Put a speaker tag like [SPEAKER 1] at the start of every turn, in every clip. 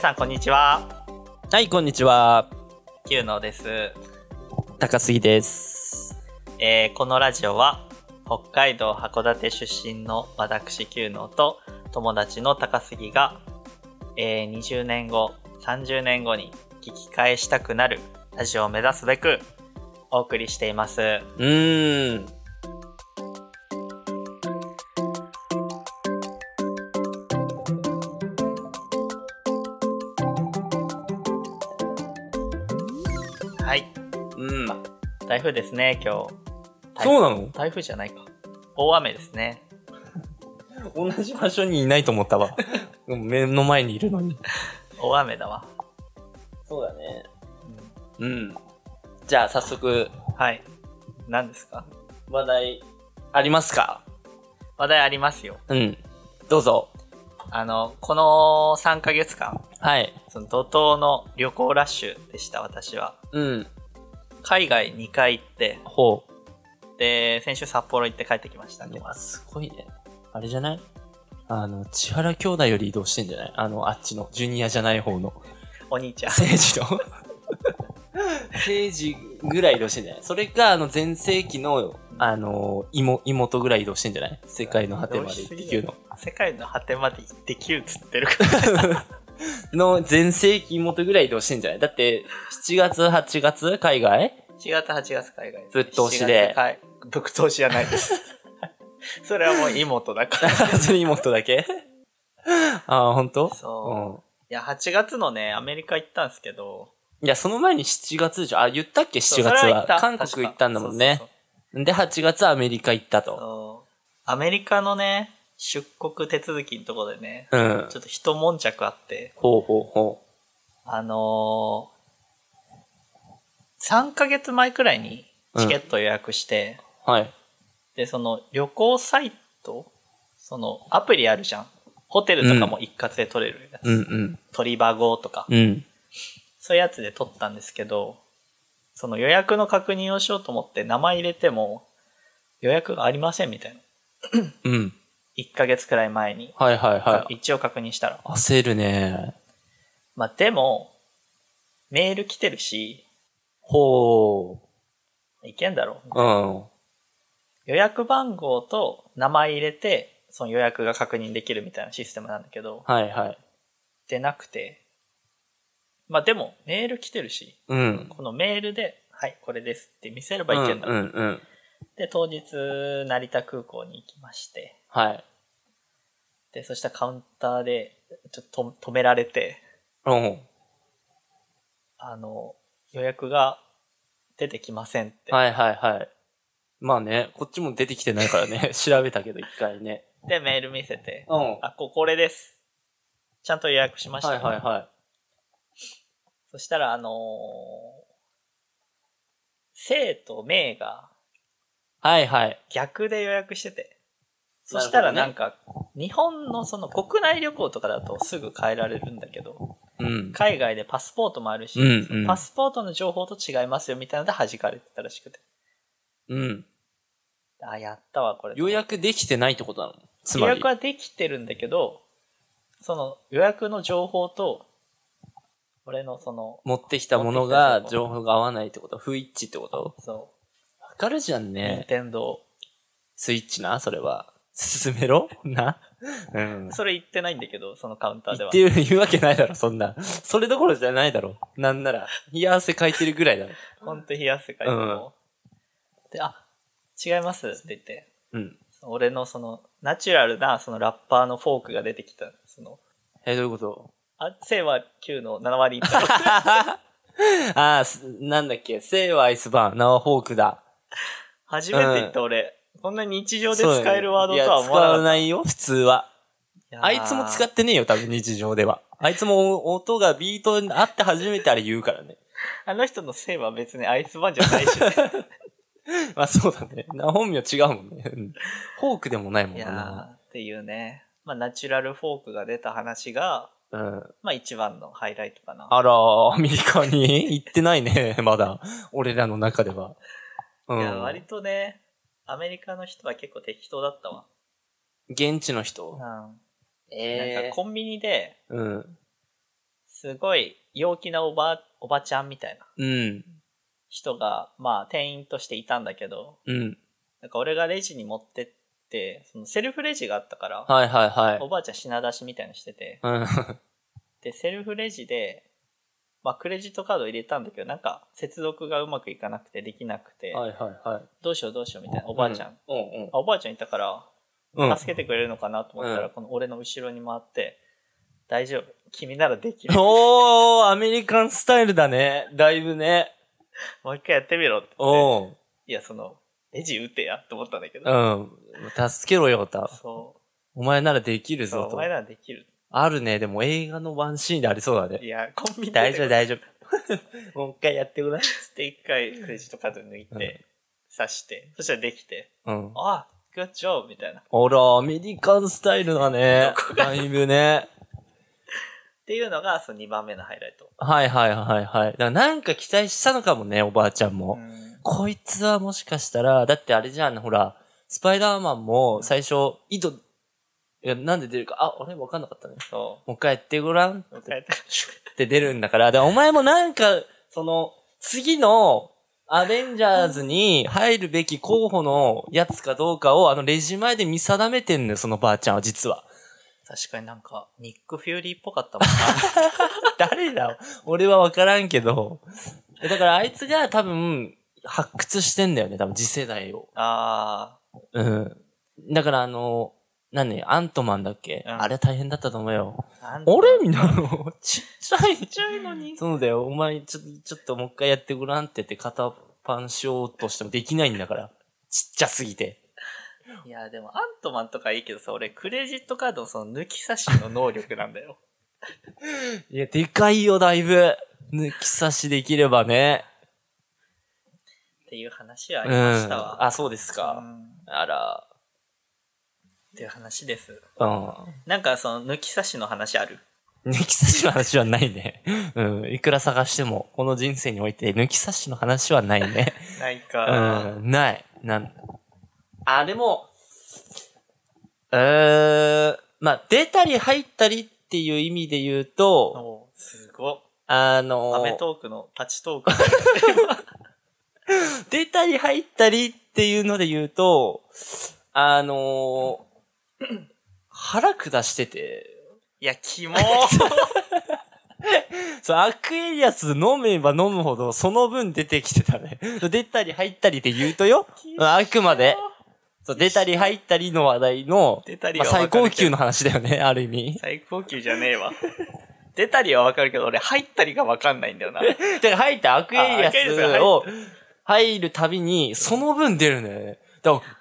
[SPEAKER 1] さんこんにちは
[SPEAKER 2] はい、こんにちは。
[SPEAKER 1] Q のです、
[SPEAKER 2] 高杉です。
[SPEAKER 1] えーこのラジオは北海道函館出身の私 Q のと友達の高杉が、えー20年後30年後に聞き返したくなるラジオを目指すべくお送りしています
[SPEAKER 2] うーん。
[SPEAKER 1] はい
[SPEAKER 2] うん。
[SPEAKER 1] 台風ですね今日
[SPEAKER 2] そう
[SPEAKER 1] う
[SPEAKER 2] なの
[SPEAKER 1] 台風じゃないか大雨ですね
[SPEAKER 2] 同じ場所にいないと思った わ。目の前にいるのに。
[SPEAKER 1] 大雨だわ、
[SPEAKER 2] そうだね。
[SPEAKER 1] う
[SPEAKER 2] うん。じゃあ、早速、
[SPEAKER 1] んはい何ですか
[SPEAKER 2] 話題、ありますか
[SPEAKER 1] 話題ありますよ
[SPEAKER 2] うん。どうぞ。
[SPEAKER 1] あのこの3ヶ月間
[SPEAKER 2] はい。
[SPEAKER 1] その怒涛の旅行ラッシュでした、私は。
[SPEAKER 2] うん。
[SPEAKER 1] 海外2回行って、
[SPEAKER 2] ほう。
[SPEAKER 1] で、先週札幌行って帰ってきましたね。
[SPEAKER 2] すごいね。あれじゃないあの、千原兄弟より移動してんじゃないあの、あっちの、ジュニアじゃない方の。
[SPEAKER 1] お兄ちゃん。
[SPEAKER 2] 政治の政治ぐらい移動してんじゃないそれか、あの、全盛期の、あの、妹、妹ぐらい移動してんじゃない世界の果てまでっていうの。
[SPEAKER 1] 世界の果てまで行って9つって るから。
[SPEAKER 2] の、全盛期妹ぐらい移動してんじゃないだって、7月、8月、海外
[SPEAKER 1] 7月、8月海外
[SPEAKER 2] ぶっ通しで
[SPEAKER 1] 7月海ぶっ通しじゃない です。それはもう妹だから。い
[SPEAKER 2] それ妹だけああ、ほんと
[SPEAKER 1] そや、8月のね、アメリカ行ったんですけど。
[SPEAKER 2] うん。いや、その前に7月でしょあ、言ったっけ ?7 月
[SPEAKER 1] そうそれ行
[SPEAKER 2] は
[SPEAKER 1] った。
[SPEAKER 2] 韓国行ったんだもんね
[SPEAKER 1] 確か。
[SPEAKER 2] で、8月はアメリカ行った
[SPEAKER 1] そうそう
[SPEAKER 2] と。
[SPEAKER 1] そうアメリカのね、出国手続きのところでね、
[SPEAKER 2] うん
[SPEAKER 1] ち。ょっと一悶着あって。
[SPEAKER 2] ほうほうほ
[SPEAKER 1] あのー、3ヶ月前くらいにチケット予約して、
[SPEAKER 2] う。はい。
[SPEAKER 1] で、その旅行サイト、そのアプリあるじゃん。ホテルとかも一括で取れるやつ。
[SPEAKER 2] うんうん。
[SPEAKER 1] トリバゴとか、
[SPEAKER 2] うん。
[SPEAKER 1] そういうやつで取ったんですけど、その予約の確認をしようと思って名前入れても予約がありませんみたいな。
[SPEAKER 2] うん。
[SPEAKER 1] 1ヶ月くらい前に、
[SPEAKER 2] はいはいはい。
[SPEAKER 1] 一応確認したら。
[SPEAKER 2] 焦るね。
[SPEAKER 1] まあでも、メール来てるし、
[SPEAKER 2] ほ
[SPEAKER 1] いけんだろう。
[SPEAKER 2] う。うん。
[SPEAKER 1] 予約番号と名前入れて、その予約が確認できるみたいなシステムなんだけど、
[SPEAKER 2] はいはい。
[SPEAKER 1] でなくて。まあでも、メール来てるし、
[SPEAKER 2] うん。
[SPEAKER 1] このメールで、はい、これですって見せればいけんだろ
[SPEAKER 2] う
[SPEAKER 1] う、
[SPEAKER 2] んうんうん。
[SPEAKER 1] で、当日、成田空港に行きまして、
[SPEAKER 2] はい。
[SPEAKER 1] で、そしたらカウンターで、ちょっと止められて、
[SPEAKER 2] うん。
[SPEAKER 1] あの、予約が出てきませんって。
[SPEAKER 2] はいはいはい。まあね、こっちも出てきてないか らね。調べたけど一回ね。
[SPEAKER 1] で、メール見せて、
[SPEAKER 2] うん。は
[SPEAKER 1] あ、ここれです。ちゃんと予約しま
[SPEAKER 2] い
[SPEAKER 1] した、
[SPEAKER 2] はいは
[SPEAKER 1] そしたら、あのー、生と名が
[SPEAKER 2] い。はいはい。
[SPEAKER 1] 逆で予約してて。そ
[SPEAKER 2] なるほどね
[SPEAKER 1] したらなんか、日本のその国内旅行とかだとすぐ変えられるんだけど、
[SPEAKER 2] うん。
[SPEAKER 1] 海外でパスポートもあるし、
[SPEAKER 2] うんうん
[SPEAKER 1] パスポートの情報と違いますよみたいなので弾かれてたらしくて。
[SPEAKER 2] うん。
[SPEAKER 1] あ、やったわ、これ。
[SPEAKER 2] 予約できてないってことなのつ
[SPEAKER 1] 予
[SPEAKER 2] まり。
[SPEAKER 1] 約はできてるんだけど、その予約の情報と、俺のその、
[SPEAKER 2] 持ってきたもの
[SPEAKER 1] 持っ
[SPEAKER 2] が
[SPEAKER 1] てきた情
[SPEAKER 2] 情報が合わないってこと不一致ってこと
[SPEAKER 1] そ
[SPEAKER 2] わかるじゃん
[SPEAKER 1] う、任
[SPEAKER 2] ね。
[SPEAKER 1] 天堂。
[SPEAKER 2] スイッチな、それは。進めろな。うん。
[SPEAKER 1] それ言ってないんだけど、そのカウンターで
[SPEAKER 2] 言っ
[SPEAKER 1] は。
[SPEAKER 2] てる言うわけないだろ、そんな。それどころじゃないだろ。なんなら、冷や汗かいてるぐらいだろ。
[SPEAKER 1] ほんと冷や汗かいても、で、あ、違いますって言って、
[SPEAKER 2] うん。
[SPEAKER 1] 俺のその、ナチュラルな、そのラッパーのフォークが出てきた。その、
[SPEAKER 2] え、どういうこと
[SPEAKER 1] あ、生は9の7割以 下。
[SPEAKER 2] ああ、すなんだっけ、生はアイスバーン、名はフォークだ。
[SPEAKER 1] 初めて言った俺、こんな日常で
[SPEAKER 2] そう
[SPEAKER 1] 使えるワードとは思
[SPEAKER 2] い
[SPEAKER 1] わ
[SPEAKER 2] や、使わ
[SPEAKER 1] なかっ
[SPEAKER 2] ないよ、普通は。
[SPEAKER 1] た。
[SPEAKER 2] あいつも使
[SPEAKER 1] っ
[SPEAKER 2] ってねえよ、多分日常では。あいつも音がビートに合って初めてあれ言うからね。
[SPEAKER 1] あの人の生は別にアイスバーンじゃ ないし、
[SPEAKER 2] まあそうだね。な本名違うもんね。うんフォークでもないもん
[SPEAKER 1] い
[SPEAKER 2] な。
[SPEAKER 1] やー、っていうね。まあ、ナチュラルフォークが出た話が、
[SPEAKER 2] うん。
[SPEAKER 1] まあ、一番のハイライトかな。
[SPEAKER 2] あらー、アメリカに行ってないね、まだ。俺らの中では。うん。
[SPEAKER 1] いや、割とね、アメリカの人は結構適当だったわ。
[SPEAKER 2] 現地の人
[SPEAKER 1] うん。なん
[SPEAKER 2] え
[SPEAKER 1] かコンビニで、
[SPEAKER 2] うん。
[SPEAKER 1] すごい陽気なおば、おばちゃんみたいな
[SPEAKER 2] うん。
[SPEAKER 1] 人が、まあ店員としていたんだけど、
[SPEAKER 2] うん。
[SPEAKER 1] なんか俺がレジに持ってって、そのセルフレジがあったから、
[SPEAKER 2] はいはいはい
[SPEAKER 1] お。ばあちゃん品出しみたいのしてて、
[SPEAKER 2] うん。
[SPEAKER 1] で、セルフレジで、まあクレジットカード入れたんだけど、なんか接続がうまくいかなくてできなくて、
[SPEAKER 2] はいはいはい。
[SPEAKER 1] どうしようどうしようみたいなおばあちゃん。あ、
[SPEAKER 2] うん
[SPEAKER 1] おばあちゃんいたから、
[SPEAKER 2] うん。うん。
[SPEAKER 1] 助けてくれるのかなと思ったら、
[SPEAKER 2] うん
[SPEAKER 1] この俺の後ろに回って、大丈夫。君ならできる。
[SPEAKER 2] おー、アメリカンスタイルだね。だいぶね。
[SPEAKER 1] もう一回やってみろって言って。
[SPEAKER 2] おう。
[SPEAKER 1] いや、その、レジ打てやって思ったんだけど。
[SPEAKER 2] うん。助けろよ、た。
[SPEAKER 1] そ
[SPEAKER 2] お前ならできる
[SPEAKER 1] う。そう
[SPEAKER 2] ぞ
[SPEAKER 1] お
[SPEAKER 2] と。
[SPEAKER 1] 前ならできる。
[SPEAKER 2] あるね。でも映画のワンシーンでありそうだね。
[SPEAKER 1] い や、コンビニ
[SPEAKER 2] 大丈夫、
[SPEAKER 1] だ。
[SPEAKER 2] 大丈 夫。もう一回やってごらん。
[SPEAKER 1] で、一回クレジットカード抜いて、刺して、そしたらできて、
[SPEAKER 2] うん。
[SPEAKER 1] あ、グッジョブみたいな。っ
[SPEAKER 2] あら、アメリカンスタイルだね
[SPEAKER 1] どこ。が
[SPEAKER 2] だいぶね。
[SPEAKER 1] ていうのが、その2番目のハイライト。
[SPEAKER 2] はいはいはいはい。だからなんか期待したのかもね、おばあちゃんも。
[SPEAKER 1] うん
[SPEAKER 2] こいつはもしかしたら、だってあれじゃん、ほら、スパイダーマンも最初、井戸、いや、なんで出るか、あ、俺わかんなかったね。
[SPEAKER 1] そ
[SPEAKER 2] もう一回やってごらんっ
[SPEAKER 1] う。迎えた。
[SPEAKER 2] て出るんだから、だからお前もなんか、その、次の、アベンジャーズに入るべき候補のやつかどうかを、あのレジ前で見定めてんのよ、そのばあちゃんは実は。
[SPEAKER 1] 確かになんか、ニック・フューリーっぽかったもん
[SPEAKER 2] 誰だ俺は分からんけど。だからあいつが多分、発掘してんだよね、多分次世代を。
[SPEAKER 1] な。 あ
[SPEAKER 2] うん。だからあの、何ね、アントマンだっけ、
[SPEAKER 1] うん
[SPEAKER 2] あれ大変だったと思うよ。
[SPEAKER 1] ー。あ
[SPEAKER 2] あれみたいな。ちっちゃい。
[SPEAKER 1] ちゃいのに。
[SPEAKER 2] そうだよ、お前ちょ、ちょっともう一回やってごらんって言って片パンしようとしてもできないんだから。ちっちゃすぎて。
[SPEAKER 1] いや、でも、アントマンとかいいけどさ、俺、クレジットカードのその抜き差しの能力なんだよ。
[SPEAKER 2] いや、でかいよ、だいぶ。抜き差しできればね。
[SPEAKER 1] っていう話はあ
[SPEAKER 2] う
[SPEAKER 1] り
[SPEAKER 2] ん。
[SPEAKER 1] ましたわ。
[SPEAKER 2] あ、そうですか。
[SPEAKER 1] うん
[SPEAKER 2] あら。
[SPEAKER 1] っていう話です。
[SPEAKER 2] うん。
[SPEAKER 1] なんかその抜き差しの話ある
[SPEAKER 2] 抜き差しの話はないね。うん。いくら探しても、この人生において抜き差しの話はないね。
[SPEAKER 1] ない
[SPEAKER 2] うん
[SPEAKER 1] か。。
[SPEAKER 2] ない。なん。あ、でも、うーん。まあ、出たり入ったりっていう意味で言うと、
[SPEAKER 1] おうすご
[SPEAKER 2] あ
[SPEAKER 1] い。
[SPEAKER 2] の
[SPEAKER 1] アメトークのパチ トーク。
[SPEAKER 2] 出たり入ったりっていうので言うと、あのー腹下してて、
[SPEAKER 1] いや、キモ
[SPEAKER 2] そう、アクエリアス飲めば飲むほど、その分出てきてたね。そう出たり入ったりで言うとよ。あくまで。そう、出たり入ったりの話題の、
[SPEAKER 1] 出たり
[SPEAKER 2] ま
[SPEAKER 1] は
[SPEAKER 2] あ、最高級
[SPEAKER 1] の。
[SPEAKER 2] の話だよね、ある意味。
[SPEAKER 1] 最高級じゃねえわ。出たりはわかるけど、俺入ったりがわかんないんだよな。
[SPEAKER 2] だから入ったアクエリア
[SPEAKER 1] あアクエリアス
[SPEAKER 2] ス
[SPEAKER 1] が
[SPEAKER 2] を入るたびに、その分出るんだよね。だから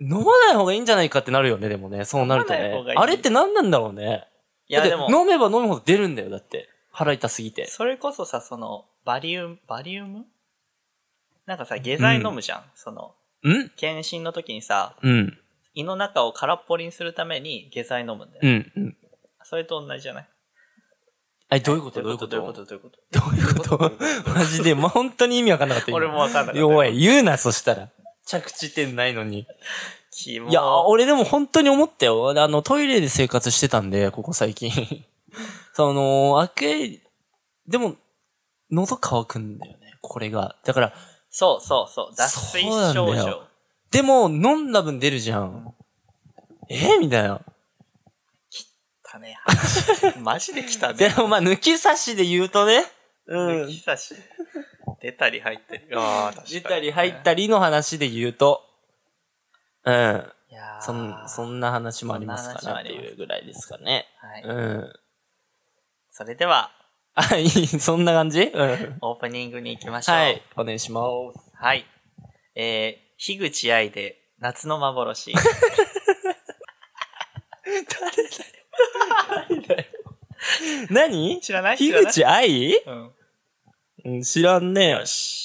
[SPEAKER 2] 飲まない方がいいんじゃないかってなるよね、でもね。そうなると
[SPEAKER 1] 飲まない
[SPEAKER 2] ね
[SPEAKER 1] 方がい。い
[SPEAKER 2] あれって何なんだろうね。
[SPEAKER 1] いや、
[SPEAKER 2] だって
[SPEAKER 1] でも、
[SPEAKER 2] 飲めば飲むほど出るんだよ、だって。腹痛すぎて。
[SPEAKER 1] それこそさ、その、バリウム、バリウムなんかさ、下剤飲むじゃん。その、
[SPEAKER 2] ん
[SPEAKER 1] 検診の時にさ、
[SPEAKER 2] うん。
[SPEAKER 1] 胃の中を空っぽにするために下剤飲むんだよ。
[SPEAKER 2] うん。うん。
[SPEAKER 1] それと同じじゃない
[SPEAKER 2] え、どういうことど
[SPEAKER 1] どう
[SPEAKER 2] うい
[SPEAKER 1] いうう
[SPEAKER 2] こ
[SPEAKER 1] こととどういうことどういうこと
[SPEAKER 2] どういうことマジで、ま、本当に意味わかんなかった。 今
[SPEAKER 1] 俺。もわかんなかった。
[SPEAKER 2] おい、言うな、そしたら。着地点ないのに。
[SPEAKER 1] キモ
[SPEAKER 2] いや、俺でも本当に思ったよ。あの、トイレで生活してたんで、ここ最 近。その、あけ、でも、喉乾くんだよね、これが。だから、
[SPEAKER 1] そうそうそう。脱水
[SPEAKER 2] そうな
[SPEAKER 1] 症
[SPEAKER 2] んだ
[SPEAKER 1] 状
[SPEAKER 2] よ。でも、飲んだ分出るじゃん。えみたいな。
[SPEAKER 1] たね。 話マジで来た
[SPEAKER 2] で
[SPEAKER 1] ね。
[SPEAKER 2] も、まあ、抜き差しで言うとね。う
[SPEAKER 1] 抜
[SPEAKER 2] ん
[SPEAKER 1] き。差し。出たり入ったり。ああ、確かに。
[SPEAKER 2] 出たり入っ。たりの話で言うと。う
[SPEAKER 1] い
[SPEAKER 2] ん。
[SPEAKER 1] やー
[SPEAKER 2] そん、そんな話もありますか
[SPEAKER 1] そんな
[SPEAKER 2] らっ
[SPEAKER 1] 話
[SPEAKER 2] て
[SPEAKER 1] もあります
[SPEAKER 2] いうぐらいですかね。
[SPEAKER 1] は
[SPEAKER 2] う
[SPEAKER 1] い。
[SPEAKER 2] ん。
[SPEAKER 1] それでは、
[SPEAKER 2] あ、いい、そんな感じうん。
[SPEAKER 1] オープニングに行きましょう。
[SPEAKER 2] はい。。お願いします。
[SPEAKER 1] はい。えー、樋口愛で、夏の幻。
[SPEAKER 2] 何
[SPEAKER 1] 知らない
[SPEAKER 2] 樋口愛
[SPEAKER 1] うん。
[SPEAKER 2] うん知らんね。
[SPEAKER 1] よし。